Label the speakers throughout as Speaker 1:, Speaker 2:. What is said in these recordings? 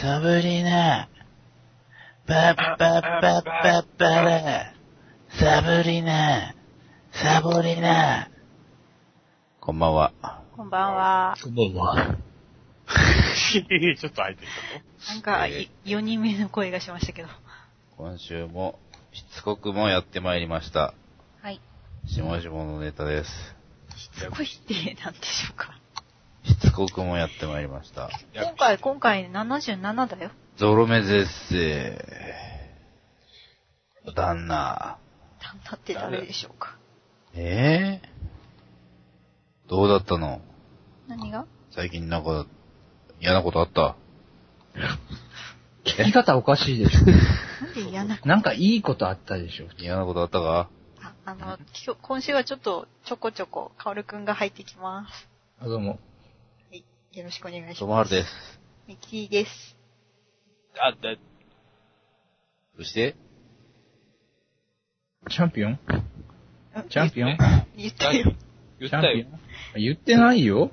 Speaker 1: サブリナ、バッバッバッバッバラ、サブリナ、サボリナ。こんばんは。
Speaker 2: こんばんは。
Speaker 3: こんばんは。
Speaker 4: ちょっと空いてる
Speaker 2: なんか、い4人目の声がしましたけど。
Speaker 1: 今週も、しつこくもやってまいりました。
Speaker 2: はい。
Speaker 1: 下々のネタです。
Speaker 2: しつこいってなんでしょうか。
Speaker 1: しつこくもやってまいりました。
Speaker 4: いや
Speaker 2: 今回、今回77だよ。
Speaker 1: ゾロ目絶世。旦那。
Speaker 2: 旦那って誰でしょうか。
Speaker 1: えぇ、どうだったの
Speaker 2: 何が
Speaker 1: 最近なんか、嫌なことあった
Speaker 3: 言い方おかしいでし
Speaker 2: なんで嫌な
Speaker 3: ょ。なんかいいことあったでしょ。
Speaker 1: 嫌なことあったか
Speaker 2: ああの、今日今週はちょっと、ちょこちょこ、かおるくんが入ってきます。
Speaker 3: あ、どうも。
Speaker 2: はい。よろしくお願いします。
Speaker 1: トマールです。
Speaker 2: ミキティです。
Speaker 4: あ、だ、
Speaker 1: そして
Speaker 3: チャンピオンチャンピオン
Speaker 2: 言ったよ。
Speaker 4: 言っ
Speaker 3: チャン
Speaker 4: た
Speaker 3: ピ。
Speaker 4: よ
Speaker 3: オン言ってないよ。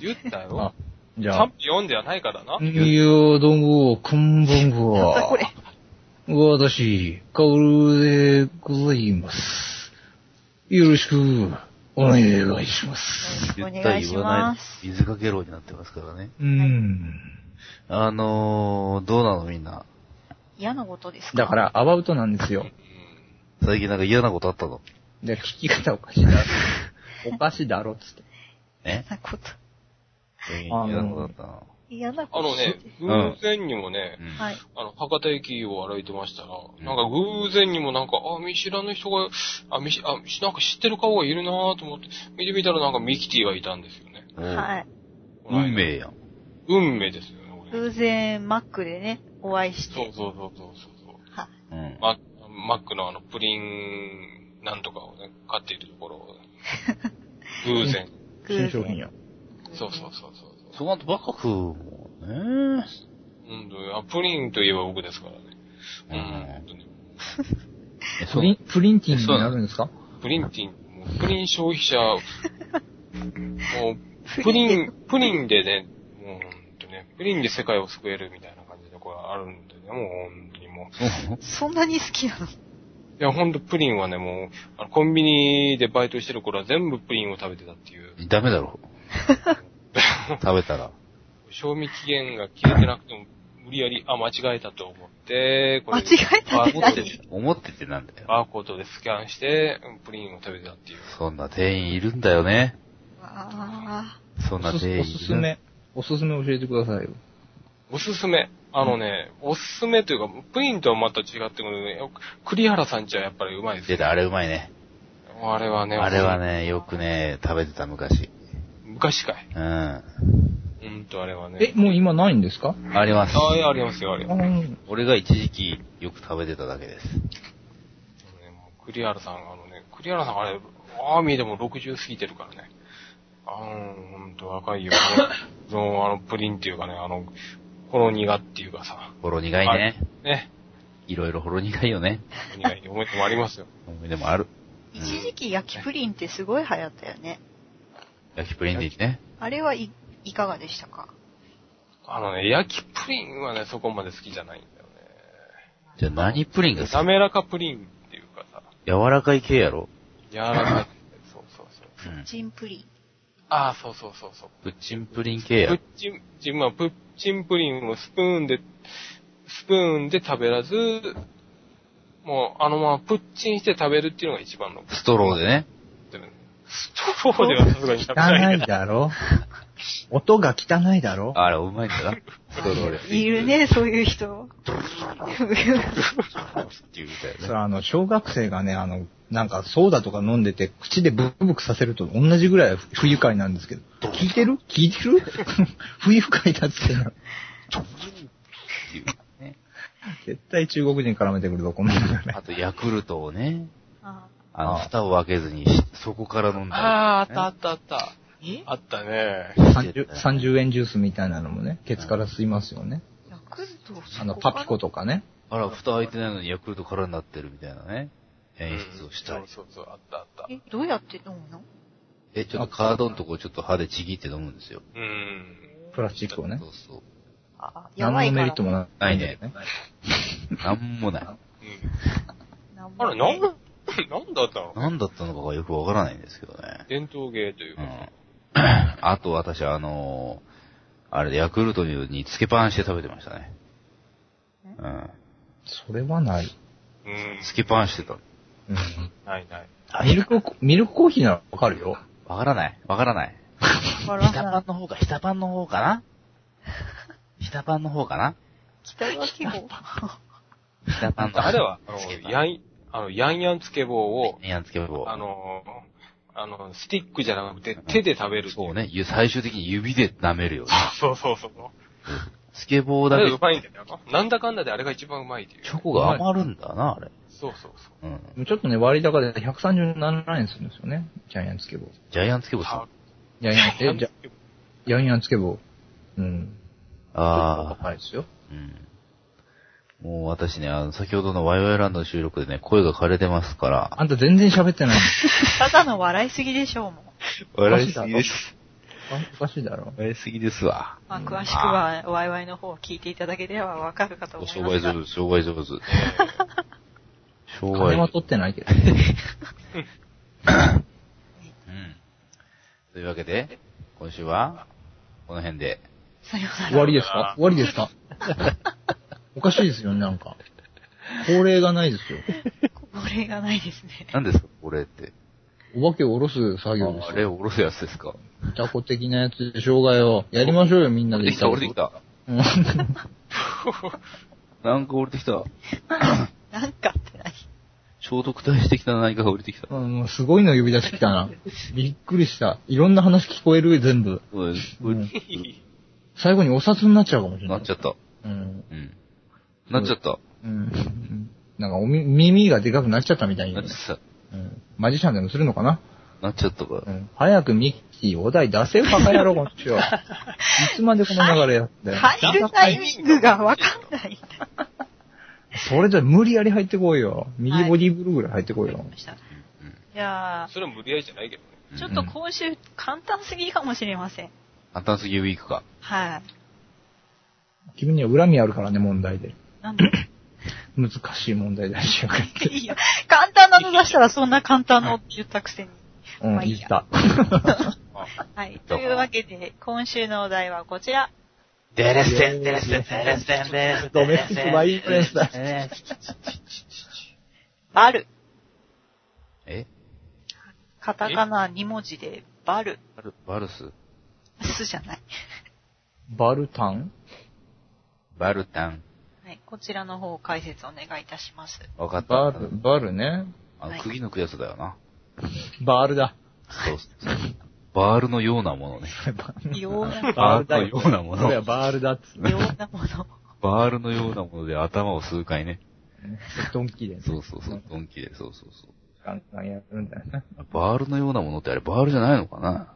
Speaker 4: 言ったよ
Speaker 3: あ。、じ
Speaker 4: チ
Speaker 3: ゃ
Speaker 4: ャ
Speaker 3: あ
Speaker 4: ン。ピオンではないからな。
Speaker 3: いや、どんご、こんば
Speaker 2: な
Speaker 3: ん
Speaker 2: んだ
Speaker 3: は。
Speaker 2: これ。
Speaker 3: 私、カオルでございます。よろしく、お願いします。
Speaker 2: お
Speaker 1: 絶
Speaker 2: 願いします。
Speaker 1: 対言わない水かけろになってますからね。
Speaker 3: うーん。
Speaker 1: あのー、どうなのみんな。
Speaker 2: 嫌なことですか
Speaker 3: だか。ら、アバウトなんですよ。
Speaker 1: 最近なんか嫌なことあったの
Speaker 3: で、聞き方おかし いだろ。おかしいだろ、つって。
Speaker 1: え
Speaker 2: 嫌なこと。
Speaker 1: 最近嫌なことあったの
Speaker 2: 嫌なこ
Speaker 4: あ
Speaker 2: と。
Speaker 4: のね、
Speaker 1: ん
Speaker 4: 偶然にもね、
Speaker 1: うん
Speaker 2: はい。
Speaker 4: あの、博多駅を歩いてましたら、なんか偶然にもなんか、あ、見知らぬ人が、あ、見知、あ、見知なんか知ってる顔がいるなぁと思って、見てみたらなんかミキティがいたんですよね。
Speaker 1: おう
Speaker 2: はい。
Speaker 4: この間
Speaker 1: 運。命やん。
Speaker 4: 運命ですよね、俺。
Speaker 2: 偶然、マックでね、お会いして。
Speaker 4: そうそうそうそうそうそう。
Speaker 2: は
Speaker 1: うん。
Speaker 4: ママックのあの、プリン、なんとかをね、買っているところを、偶 然。
Speaker 2: い。偶
Speaker 3: 新商品
Speaker 2: 然。
Speaker 3: や。
Speaker 4: そうそうそうそうそう。
Speaker 1: その後ばっか食うもんね。
Speaker 4: うんと、あ、プリンといえば僕ですからね。
Speaker 1: う
Speaker 4: うんん。本当に
Speaker 1: えそ
Speaker 3: プリン、プリンティングになるんですか
Speaker 4: プリンティン、もうプリン消費 者、もう、
Speaker 2: プ
Speaker 4: プ
Speaker 2: リ
Speaker 4: リ
Speaker 2: ン
Speaker 4: ン、プリンでね、もうほんとね、プリンで世界を救えるみたいな感じのとこがあるんでね、もう本当にも
Speaker 1: そうなの
Speaker 2: そんなに好きなの
Speaker 4: う。いや、ほんとプリンはね、もう、あのコンビニでバイトしてる頃は全部プリンを食べてたっていう、
Speaker 1: ダメだろ。 食べたら。
Speaker 4: 賞味期限が切れてなくても、無理やり、あ、間違えたと思って、こ
Speaker 2: 間
Speaker 4: れ
Speaker 2: 違、えた
Speaker 4: あ
Speaker 2: って
Speaker 1: 思っ
Speaker 2: 何
Speaker 1: てて、思っててなんだよ。
Speaker 4: バーコードでスキャンして、うんプリンを食べてたっていう。
Speaker 1: そんな店員いるんだよね。
Speaker 2: あ
Speaker 1: そんな
Speaker 3: おす
Speaker 1: 店員いる
Speaker 3: おすす。め、おすすめ教えてくださいよ。
Speaker 4: おすすめ。あのね、おすすめというか、プリンとはまた違ってくるね。栗原さんちはやっぱりうまいです
Speaker 1: 出
Speaker 4: ね。
Speaker 1: た、あれうまいね。
Speaker 4: あれはね、
Speaker 1: あれはね、よくね、食べてた昔。
Speaker 4: 昔かい。
Speaker 1: うん。あ
Speaker 4: うんと、あれはね。
Speaker 3: え、もう今ないんですか
Speaker 1: ります。
Speaker 4: あいやありますよ、あ
Speaker 3: あ
Speaker 4: ります。
Speaker 3: ー
Speaker 1: 俺が一時期よく食べてただけです。
Speaker 4: あのねもう栗原さん、あのね、栗原さんあれ、アーミーでも60過ぎてるからね。あの、ほんと 若いよ。その、あの、プリンっていうかね、あの、ほろ苦っていうかさ、
Speaker 1: ほろ苦いね。
Speaker 4: ね、
Speaker 1: いろいろほろ苦いよね。
Speaker 4: ほろ苦い思い出もありますよ。
Speaker 1: 思い出もある。
Speaker 2: あ。一時期焼きプリンってすごい流行ったよね。
Speaker 1: 焼きプリンでいいね。
Speaker 2: あれはい、いかがでしたか
Speaker 4: あのね、焼きプリンはね、そこまで好きじゃないんだよ
Speaker 1: じゃあ何プリンが
Speaker 4: ね。
Speaker 1: さ、
Speaker 4: 滑らかプリンっていうかさ、
Speaker 1: 柔らかい系やろ
Speaker 4: 柔らかい。そうそうそう。
Speaker 1: うん。
Speaker 2: チンプリン。
Speaker 4: ああ、そうそうそうそう。
Speaker 1: プッチンプリン系
Speaker 4: プッ
Speaker 1: や。
Speaker 4: チン、自分はプッチンプリンをスプーンで、スプーンで食べらず、もうあのままプッチンして食べるっていうのが一番の。
Speaker 1: ストローでね。
Speaker 4: ストローではさすがに食べな
Speaker 3: 汚
Speaker 4: い
Speaker 3: い
Speaker 4: けど。
Speaker 3: だろ 音が汚いだろ
Speaker 1: あれ、うまいんだな。ストローで。
Speaker 2: いるね、そういう 人。
Speaker 1: っていうみたい
Speaker 3: そ
Speaker 1: なね。
Speaker 3: れあの、小学生がね、あの、なんかソーダとか飲んでて、口でブクブクさせると同じぐらい不愉快なんですけど。聞いてる聞いてる 不愉快だっつってな。
Speaker 1: っていうね
Speaker 3: 絶対中国人絡めてくるぞ、こんなのね
Speaker 1: あ。と、ヤクルトをね、
Speaker 2: あ
Speaker 1: あ
Speaker 3: あ
Speaker 1: の、
Speaker 3: あ
Speaker 1: 蓋を開けずに、そこから飲んだ
Speaker 4: ああ、あったあったあった。
Speaker 2: え
Speaker 4: あったね。
Speaker 3: 30, 30円ジュースみたいなのもね、ケツから吸いますよね。
Speaker 2: ヤクルトを
Speaker 3: あの、パピコとかね。
Speaker 1: り。あら、蓋開いてないのにヤクルトからになってるみたいなね。演出をしたり。
Speaker 4: そうそうそう、あったあった。
Speaker 2: え、どうやって飲むの
Speaker 1: え、ちょっとカードのとこちょっと歯でちぎって飲むんですよ。
Speaker 4: うん。
Speaker 3: プラスチックをね
Speaker 1: そ。うそう。
Speaker 2: あーや
Speaker 3: 何
Speaker 2: ばいから。
Speaker 3: のメリットも
Speaker 1: な
Speaker 3: ないいんだけ
Speaker 1: ね
Speaker 3: どね。。
Speaker 1: なんもない。
Speaker 2: なんも
Speaker 4: あれ、なん、なんだったの
Speaker 1: なんだったのかがよくわからないんですけどね。
Speaker 4: 伝統芸という
Speaker 1: う
Speaker 4: か。
Speaker 1: ん。 あと私、あのーあれでヤクルトにつけっぱなしで食べてましたね。うん。
Speaker 3: それはない。
Speaker 4: うん。
Speaker 1: つけっぱなしでた。
Speaker 3: うん。
Speaker 4: ないない。
Speaker 3: ミルクコ、ミルクコーヒーならわかるよ。
Speaker 1: わからない。わからない。
Speaker 2: わから
Speaker 1: ひ
Speaker 2: ん
Speaker 1: た
Speaker 2: な
Speaker 1: パンの方か、ひたパンの方かなひたパンの方かな
Speaker 2: 北川景子
Speaker 1: ひたパンの
Speaker 4: あれは、あ
Speaker 1: つけっ
Speaker 4: の、
Speaker 1: ぱな
Speaker 4: やん、あの、やんやんつけ棒を、
Speaker 1: しやんつけ棒。
Speaker 4: あの、あの、スティックじゃなくて手で食べるってい
Speaker 1: そう。ね。ゆ最終的に指で舐めるよね。
Speaker 4: そうそうそう。
Speaker 1: スケボー
Speaker 4: あ
Speaker 1: だけ
Speaker 4: れ
Speaker 1: チ
Speaker 4: うまいんだよな。なんだかんだであれが一番うまいっていう。
Speaker 1: ョコが余るんだな、あれ。
Speaker 4: そうそうそう。
Speaker 1: うん。
Speaker 3: ちょっとね、割高で137円するんですよね。ジャイアンツケボ。
Speaker 1: ジャイアンツケボーさ
Speaker 4: あ
Speaker 1: ん。
Speaker 3: ジャイアン、え、ジャジャイアンツケボ。うん。
Speaker 1: ああ、
Speaker 3: 高いですよ。
Speaker 1: うん。もう私ね、あの、先ほどのワイワイランドの収録でね、声が枯れてますから。
Speaker 3: あんた全然喋ってない。
Speaker 2: ただの笑いすぎでしょうもん。
Speaker 1: 笑いすぎです。
Speaker 3: おかしいだろ。
Speaker 1: 笑いすぎですわ。
Speaker 2: まあ、詳しくは、ワイワイの方を聞いていただければわかるかと
Speaker 1: お
Speaker 2: 思い
Speaker 1: 商
Speaker 2: ます
Speaker 1: 売
Speaker 2: が。
Speaker 1: 上手、商売上手。商売
Speaker 3: 金は
Speaker 1: 上手。
Speaker 3: 取ってない けど。
Speaker 1: うん。というわけで、今週は、この辺で。
Speaker 2: さようなら。
Speaker 3: 終わりですか終わりですかおかしいですよね、なんか。法令がないですよ。
Speaker 2: これがないですね。
Speaker 1: 何ですかこれって。
Speaker 3: お化けを下ろす作業です
Speaker 1: あれ、
Speaker 3: よ。
Speaker 1: おろすやつですか
Speaker 3: タコ的なやつで障害をやりましょうよ、みんな
Speaker 1: 降り
Speaker 3: で。
Speaker 1: てきた、降りてきた。
Speaker 3: うん。
Speaker 1: なんか降りてきた。
Speaker 2: なんかって何
Speaker 1: 消毒体してきた何かが降りてきた。
Speaker 3: うんもうすごいの呼び出してきたな。びっくりした。いろんな話聞こえる、全部。
Speaker 1: そうです。
Speaker 3: うん最後にお札になっちゃうかもしれな。
Speaker 1: ないっちゃった。
Speaker 3: うん。
Speaker 1: うん。なっちゃった。
Speaker 3: うん。なんかおみ耳がでかくなっちゃったみたいに
Speaker 1: なっ。ちゃっ
Speaker 3: うんマジシャンでもするのかな
Speaker 1: た。なっちゃったか
Speaker 3: う
Speaker 1: ら。
Speaker 3: ん早くミッキーお題出せよ、バカ野郎、こっち は。いつまでこの流れやって。
Speaker 2: 入るタイミングがわかんない。
Speaker 3: それじゃ無理やり入ってこいよ。右ボディーブルーぐらい入ってこいよ。
Speaker 2: いや
Speaker 4: それは無理やりじゃないけどね。
Speaker 2: ー、ちょっと今週簡単すぎかもしれません。
Speaker 1: 簡単すぎるウィークか。
Speaker 2: はい、
Speaker 3: 君には恨みあるからね、問題で。
Speaker 2: なんで
Speaker 3: 難しい問題だしよ。
Speaker 2: いや、簡単なの出したらそんな簡単のって言ったくせに。
Speaker 3: うん、
Speaker 2: まあいい
Speaker 3: 言
Speaker 2: や
Speaker 3: った。
Speaker 4: あ
Speaker 2: はい。というわけで、今週のお題はこちら。
Speaker 1: デレステン、デレステン、デレステン、デレステン。
Speaker 3: ドメスティックバイオレンスだ。
Speaker 2: バル。
Speaker 1: え
Speaker 2: カタカナ2文字で、バル。
Speaker 1: バルバルス
Speaker 2: すじゃない。
Speaker 3: バルタン
Speaker 1: バルタン。
Speaker 2: はい。こちらの方解説お願いいたします。
Speaker 1: わかった。
Speaker 3: バル、バルね。
Speaker 1: あ
Speaker 2: はい
Speaker 1: の、釘抜くやつだよな。
Speaker 3: バール だ。
Speaker 1: そうそう。バールのようなものね。
Speaker 2: 異様 な、
Speaker 1: バールのようなも
Speaker 3: それは
Speaker 1: の。
Speaker 3: バールだっつう
Speaker 2: 異様なもの。
Speaker 1: バールのようなもので頭を数回ね。
Speaker 3: ね。ドンキでね。
Speaker 1: そうそうそう。ドンキで、そうそうそ
Speaker 3: ガンガンやるんだよ ね。
Speaker 1: う。バールのようなものってあれ、バールじゃないのかな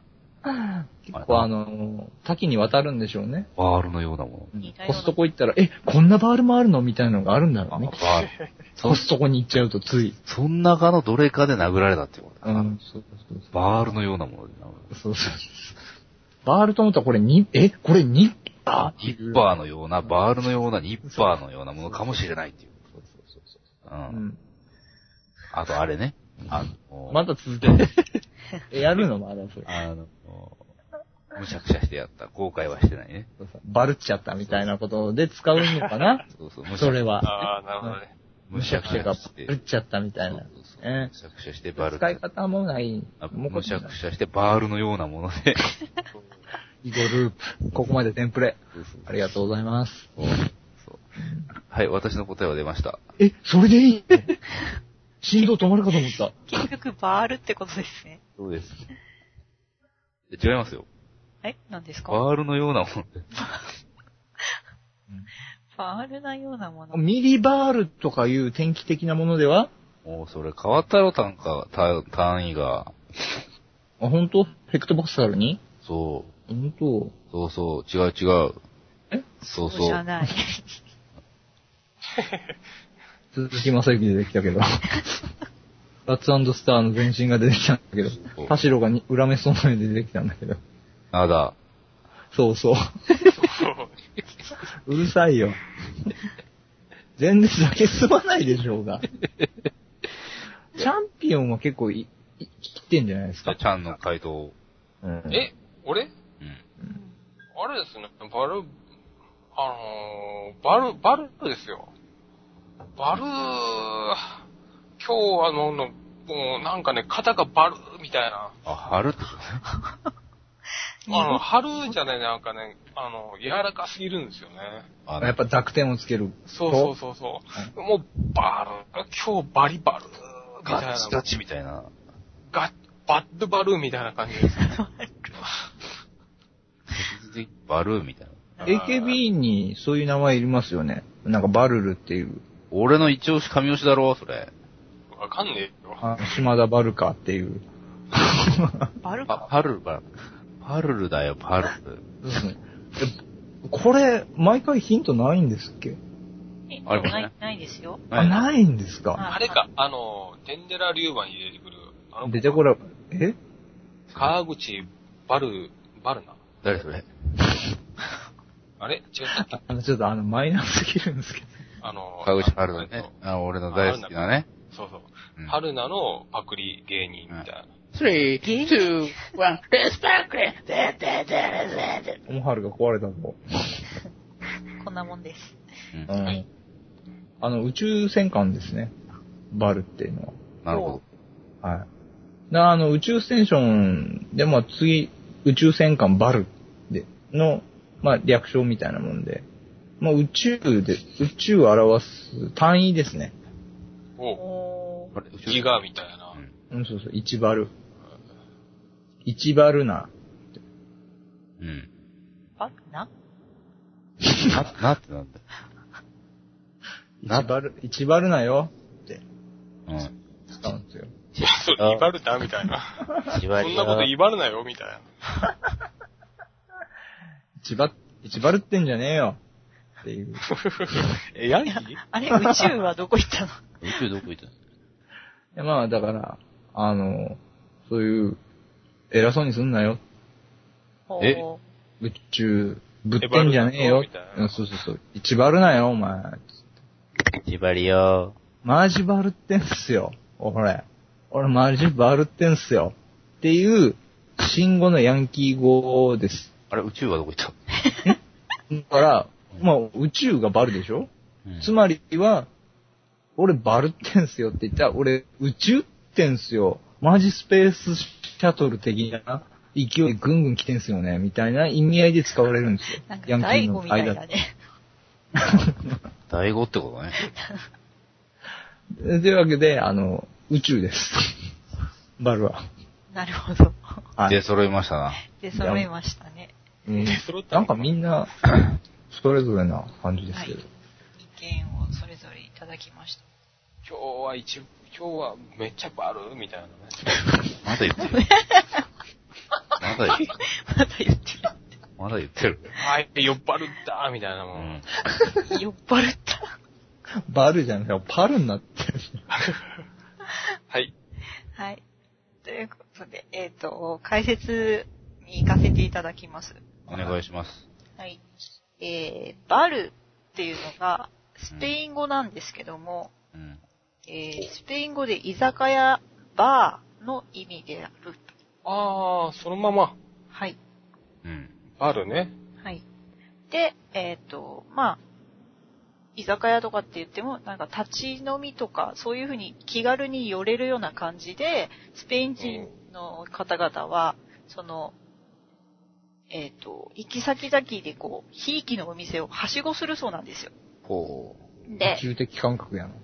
Speaker 3: 結構あの、多岐にわたるんでしょうね。
Speaker 1: バールのようなも
Speaker 3: うん
Speaker 2: 似たよう
Speaker 3: コ
Speaker 2: な
Speaker 3: ストコ行ったら、え、こんなバールもあるのみたいなのがあるんだろ
Speaker 1: の。
Speaker 3: うね。
Speaker 1: バール。そ
Speaker 3: コストコに行っちゃうとつい。
Speaker 1: そん中のどれかで殴られたってことだ
Speaker 3: う
Speaker 1: な。
Speaker 3: ん、そうそうそう。
Speaker 1: バールのようなもので殴る。
Speaker 3: そうそうそう。バールと思ったらこれに、え、これニッパー
Speaker 1: ニッパーのような、バールのような、ニッパーのようなものかもしれないっていう。。
Speaker 3: そうそうそうそうう。うんん。
Speaker 1: あとあれね。あの、
Speaker 3: まだ続け る。え、やるのまだそれ。
Speaker 1: あの、むしゃくしゃしてやった。後悔はしてないね。
Speaker 3: バルっちゃったみたいなことで使うのかな
Speaker 1: そうそう、むし
Speaker 3: それ
Speaker 1: ゃ
Speaker 3: は。
Speaker 4: あー、なるほどね。
Speaker 1: むしゃくしゃして。
Speaker 3: むしゃくしゃがバルっちゃったみたい
Speaker 1: そう
Speaker 3: な。
Speaker 1: そうそう
Speaker 3: ね
Speaker 1: むしゃくしゃしてバル
Speaker 3: 使い方もない。
Speaker 1: あ
Speaker 3: もうこ
Speaker 1: むしゃくしゃしてバールのようなもので。
Speaker 3: イゴループ。ここまでテンプレ。
Speaker 1: そうそう
Speaker 3: ありがとうございます。
Speaker 1: そうそうはい、私の答えは出ました。
Speaker 3: え、それで いい振動止まるかと思った。
Speaker 2: 結局、バールってことですね。
Speaker 1: そうです。違いますよ。
Speaker 2: え何ですか
Speaker 1: バールのようなもので。
Speaker 2: バールなようなもの。
Speaker 3: ミリバールとかいう天気的なものでは
Speaker 1: もうそれ変わったろ、単価、単単位が。
Speaker 3: あ、本当ヘクトバクサルに
Speaker 1: そ
Speaker 3: 本当
Speaker 1: う。そうそう。違う違う。
Speaker 3: え
Speaker 1: そう
Speaker 2: じ
Speaker 1: そ
Speaker 2: ゃ
Speaker 1: う。
Speaker 2: ない。
Speaker 3: 鈴木正幸出てきたけ ど。ラッツスターの全身が出てきたんだけど
Speaker 1: そう、
Speaker 3: 田代がに裏目そのに出てきたんだけど。
Speaker 1: なんだ。
Speaker 3: そうそう。うるさいよ。全然酒進まないでしょうが。チャンピオンは結構い、い切ってんじゃないです
Speaker 5: さ
Speaker 3: か。
Speaker 5: ちゃんの回答。
Speaker 3: うん、
Speaker 4: え、俺
Speaker 5: うん。
Speaker 4: あれですね、バル、あのー、バル、バルですよ。バル、今日あの、のもうなんかね、肩がバルみたいな。
Speaker 5: あ、春ってこ
Speaker 4: あの、春じゃね、なんかね、あの、柔らかすぎるんですよね。
Speaker 5: とあ
Speaker 3: やっぱ濁点をつける。
Speaker 4: そうそうそうそう。もう、バル、今日バリバルみた
Speaker 5: ガ
Speaker 4: いな
Speaker 5: チ。ガチみたいな。
Speaker 4: ガッ、バッドバルみたいな感じ です。
Speaker 5: バルーみたいな。
Speaker 3: AKB にそういう名前いりますよね。なんかバルルっていう、
Speaker 5: 俺の一押し神押しだろ、それ。
Speaker 4: わかんねえよ。
Speaker 3: あ島田バルカっていう。
Speaker 2: バル
Speaker 5: パ
Speaker 2: カ
Speaker 5: パルルば、パルルだよ、パルル。
Speaker 3: そうですねえこれ、毎回ヒントないんですっけ
Speaker 2: え
Speaker 5: あれこれね
Speaker 2: ない、ないですよ。
Speaker 3: あ、
Speaker 5: い
Speaker 3: ないんですか
Speaker 2: は
Speaker 4: あれか、あの、デンデラ龍馬に入れてくる。あの
Speaker 3: 出てこら、え
Speaker 4: 川口バル、バルナ。
Speaker 5: 誰それ
Speaker 4: あれ違っ たっけ
Speaker 3: あの、ちょっとあの、マイナーすぎるんですけど。
Speaker 4: あの、
Speaker 5: 川口春ルね
Speaker 4: え。
Speaker 5: あ、俺の大好きなね。
Speaker 4: っとそうそう。
Speaker 5: うん
Speaker 4: 春菜のパクリ芸人みたいな。
Speaker 1: Three, two, one, let's back it! Da, da, da, da, da.
Speaker 3: オモハルが壊れたぞ。
Speaker 2: こんなもんです。
Speaker 5: うん
Speaker 3: う
Speaker 4: は
Speaker 3: ん
Speaker 4: い。
Speaker 3: あの、宇宙戦艦ですね。バルっていうの
Speaker 5: なるほ
Speaker 3: は。はい。なあの、宇宙ステーションで、まあ、次、宇宙戦艦バルで、の、まあ、略称みたいなもんで、まあ、宇宙で、宇宙を表す単位ですね。
Speaker 4: お
Speaker 2: お
Speaker 5: ど。あれ
Speaker 4: ギガみたいな
Speaker 5: う。ん
Speaker 3: うん、そうそう、1バル。1バルな。
Speaker 5: うん。
Speaker 2: バルナ
Speaker 5: な、なってなんだよ。な
Speaker 3: 1バル、1バルなよ。
Speaker 5: うん。
Speaker 3: 使うんですよ。
Speaker 4: そう、イバルタみたいな。
Speaker 5: 言
Speaker 4: そんなことイバルなよみたいな。
Speaker 3: 1バ、1バルってんじゃねえよ。っていう。
Speaker 4: え、ヤンキー
Speaker 2: あれ、宇宙はどこ行ったの
Speaker 5: 宇宙どこ行ったの
Speaker 3: いやまあ、だから、あの、そういう、偉そうにすんなよ。
Speaker 2: お
Speaker 5: え
Speaker 2: ー
Speaker 3: 宇宙、ぶってんじゃねえよ
Speaker 4: エバルだ。ぞみたいな
Speaker 3: うんそうそうそう。一バルなよ、お前。
Speaker 5: ジバリよ
Speaker 3: マジバルってんすよ。俺。俺マジバルってんすよ。っていう、新語のヤンキー語です。
Speaker 5: あれ、宇宙はどこ行った
Speaker 3: だから、まあ、宇宙がバルでしょつまりは、俺バルってんすよって言ったら、俺宇宙ってんすよ。マジスペースシャトル的な勢いでぐんぐん来てんすよね。みたいな意味合いで使われるんですよ
Speaker 2: なん。か、
Speaker 3: ヤンキ
Speaker 2: 醍
Speaker 3: ー
Speaker 2: 醐
Speaker 3: の
Speaker 2: みたい
Speaker 3: 間
Speaker 2: だね。
Speaker 5: 大悟ってことね。
Speaker 3: で。というわけで、あの、宇宙です。 バルは。
Speaker 2: なるほど。
Speaker 3: はい
Speaker 5: で、揃いましたな。
Speaker 2: で、揃いましたね。
Speaker 3: うん
Speaker 4: 揃った
Speaker 3: なんかみんな、それぞれな感じですけど。
Speaker 2: 意見をそれぞれいただきました。
Speaker 4: 今日は一、今日はめっちゃバルみたいなね。
Speaker 5: まだ言ってる。まだ言ってる。
Speaker 2: まだ言って
Speaker 5: まだ言ってる。
Speaker 4: はい、酔っ払ったみたいな
Speaker 5: う
Speaker 4: もん
Speaker 5: ん。。
Speaker 2: る。酔っ払った。
Speaker 3: バルじゃなくて、パルになってる。
Speaker 4: はい。
Speaker 2: はい。ということで、えっ、と、解説に行かせていただきます。
Speaker 5: お願いします。
Speaker 2: はい。えー、バルっていうのが、スペイン語なんですけども、
Speaker 5: うん。
Speaker 2: えー、スペイン語で居酒屋、バーの意味である。
Speaker 4: あー、そのまま。
Speaker 2: はい。
Speaker 5: うん。
Speaker 4: バルね。
Speaker 2: はい。で、えっ、と、まあ、居酒屋とかって言っても、なんか立ち飲みとか、そういうふうに気軽に寄れるような感じで、スペイン人の方々は、その、えっ、と、行き先々でこう、ひいきのお店をはしごするそうなんですよ。
Speaker 5: こ
Speaker 2: で
Speaker 3: 宇、宙的感覚やな。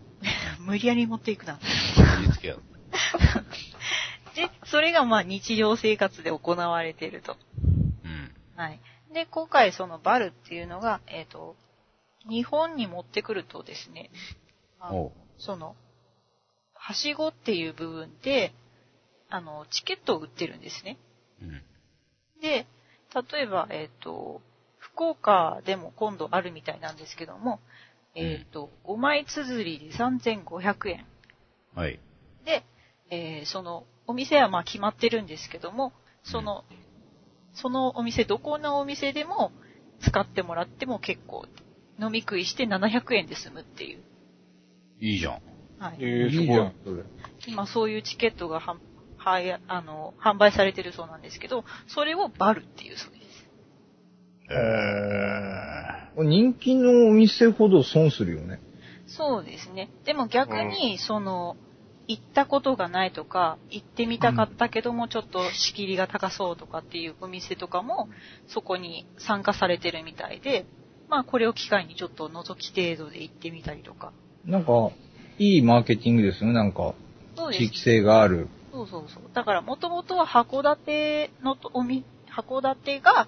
Speaker 2: 無理やり持っていくな。
Speaker 5: う、盛り付けや。
Speaker 2: で、それがまあ日常生活で行われていると。
Speaker 5: うん。
Speaker 2: はい。で、今回そのバルっていうのが、えっ、と、日本に持ってくるとですね、まあ
Speaker 5: おう。
Speaker 2: その、はしごっていう部分で、あの、チケットを売ってるんですね。
Speaker 5: うん。
Speaker 2: で、例えば、えっ、と、福岡でも今度あるみたいなんですけども、えっ、と、5枚綴りで3500円。
Speaker 5: はい。
Speaker 2: で、えーその、お店はまあ決まってるんですけども、その、そのお店、どこのお店でも使ってもらっても結構飲み食いして700円で済むっていう。
Speaker 1: いいじゃん。
Speaker 2: はい。
Speaker 4: ええす
Speaker 3: いいじ
Speaker 4: ごい。
Speaker 3: ゃ、
Speaker 4: うん
Speaker 3: それ。
Speaker 2: 今そういうチケットがはん、はい、あの、販売されてるそうなんですけど、それをバルっていうそうです。
Speaker 1: えー
Speaker 3: 人気のお店ほど損するよね。
Speaker 2: そうですね。でも逆に、その、行ったことがないとか、行ってみたかったけども、ちょっと敷りが高そうとかっていうお店とかも、そこに参加されてるみたいで、まあこれを機会にちょっと覗き程度で行ってみたりとか。
Speaker 3: なんか、いいマーケティングですね、なんか。
Speaker 2: そうです
Speaker 3: 地域性がある。
Speaker 2: そうそうそう。だから、もともとは函館のとおみ、函館が、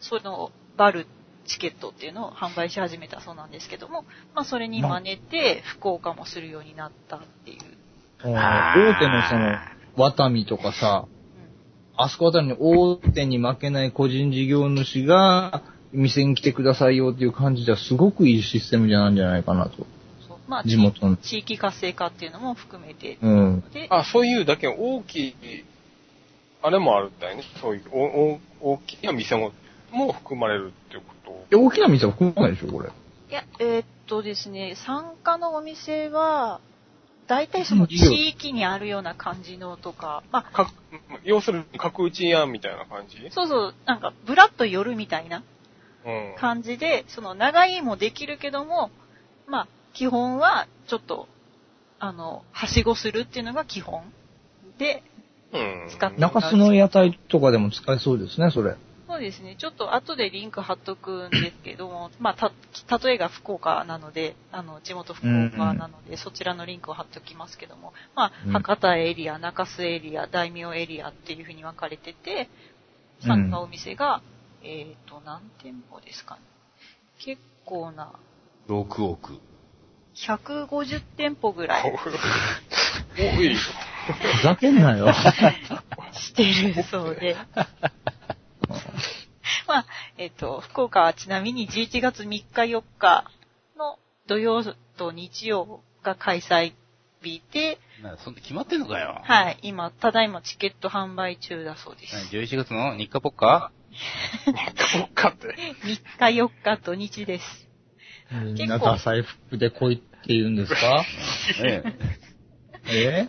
Speaker 2: その、バルチケットっていうのを販売し始めたそうなんですけども、まあ、それに真似て、福岡もするようになったっていう。
Speaker 3: うん
Speaker 1: あー
Speaker 3: 大手のその、ワタミとかさ、あそこあたりに大手に負けない個人事業主が、店に来てくださいよっていう感じじゃ、すごくいいシステムじゃないんじゃないかな
Speaker 2: う
Speaker 3: と。
Speaker 2: ん。そうまあ、
Speaker 3: 地元の。
Speaker 2: 地域活性化っていうのも含めて。
Speaker 3: うん。
Speaker 2: で、
Speaker 4: あ、そういうだけ大きい、あれもあるんだよね。そういう、おお大きい店も、も含まれるっていうこ
Speaker 3: え大きな店は含まないでしょ、これ。
Speaker 2: いや、えーっとですね、参加のお店は、大体その地域にあるような感じのとか、まあ、
Speaker 4: と。か要するに、角打ち屋みたいな感じ
Speaker 2: そうそう、なんか、ブラッと寄るみたいな
Speaker 4: うん。
Speaker 2: 感じで、その長いもできるけども、まあ、基本はちょっと、あの、はしごするっていうのが基本。で、
Speaker 4: うん。
Speaker 2: 使って
Speaker 3: 中洲の屋台とかでも使えそうですね、それ。
Speaker 2: そうですね、ちょっと後でリンク貼っとくんですけども、 まあ、た、例えが福岡なので、あの、地元福岡なので、そちらのリンクを貼っときますけども、ま
Speaker 3: うん
Speaker 2: あ、博多エリア、中洲エリア、大名エリアっていうふうに分かれてて、参加お店が、えっ、と、何店舗ですかね。結構な、
Speaker 1: 6億。
Speaker 2: 150店舗ぐらい
Speaker 4: 多 い。
Speaker 3: ふざけんなよ。
Speaker 2: してるそうで。まあ、えっ、と、福岡はちなみに11月3日4日の土曜と日曜が開催日で、
Speaker 1: なそんな決まってんのかよ。
Speaker 2: はい、今、ただいまチケット販売中だそうです。
Speaker 1: な11月の日課ポッカ
Speaker 4: そっかって。
Speaker 2: 3日4日土日です。
Speaker 3: みんなダサい服で来いって言うんで すか
Speaker 1: ええ
Speaker 3: え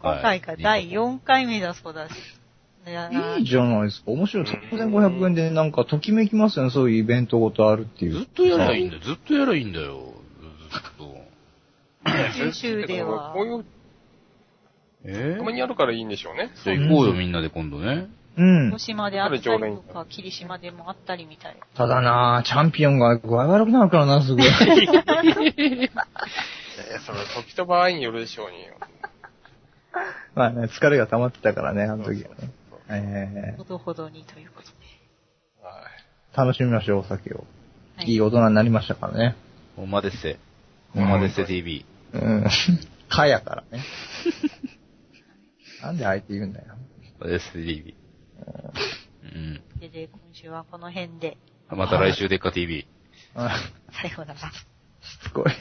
Speaker 2: 今回が第4回目だそうだし。いや
Speaker 3: いいじゃないですか。面白い。3500円でなんか、ときめきますよね。そういうイベントごとあるってい
Speaker 1: ずっ
Speaker 3: う。
Speaker 1: とやりゃいいんだよ。ずっとやりゃいいんだよ。ずっと。
Speaker 2: 九州では
Speaker 4: こういう、
Speaker 1: え
Speaker 4: たま
Speaker 1: え
Speaker 4: にあるからいいんでしょうね。
Speaker 1: そう行こうよ、みんなで今度ね。
Speaker 3: うん
Speaker 2: 広。島であったりとか、霧島でもあったりみたい。
Speaker 3: ただなぁ、チャンピオンが具合悪くなるからな、すごい。
Speaker 4: えーそれ、時と場合によるでしょうに。
Speaker 3: まあね、疲れが溜まってたからね、あの時はね。え
Speaker 2: ほどほどにということで。
Speaker 4: は
Speaker 3: ー楽しみましょう、お酒を。
Speaker 2: はい
Speaker 3: いい大人になりましたからね。
Speaker 1: ほんまですせ。ほんまですせ TV。
Speaker 3: うん。かやからね。なんで相手言うんだよ。
Speaker 1: ほんまですせ TV。うん。
Speaker 2: それで、今週はこの辺で、
Speaker 1: また来週でっか TV。
Speaker 3: あ
Speaker 2: さようなら。
Speaker 3: すごい。
Speaker 4: い。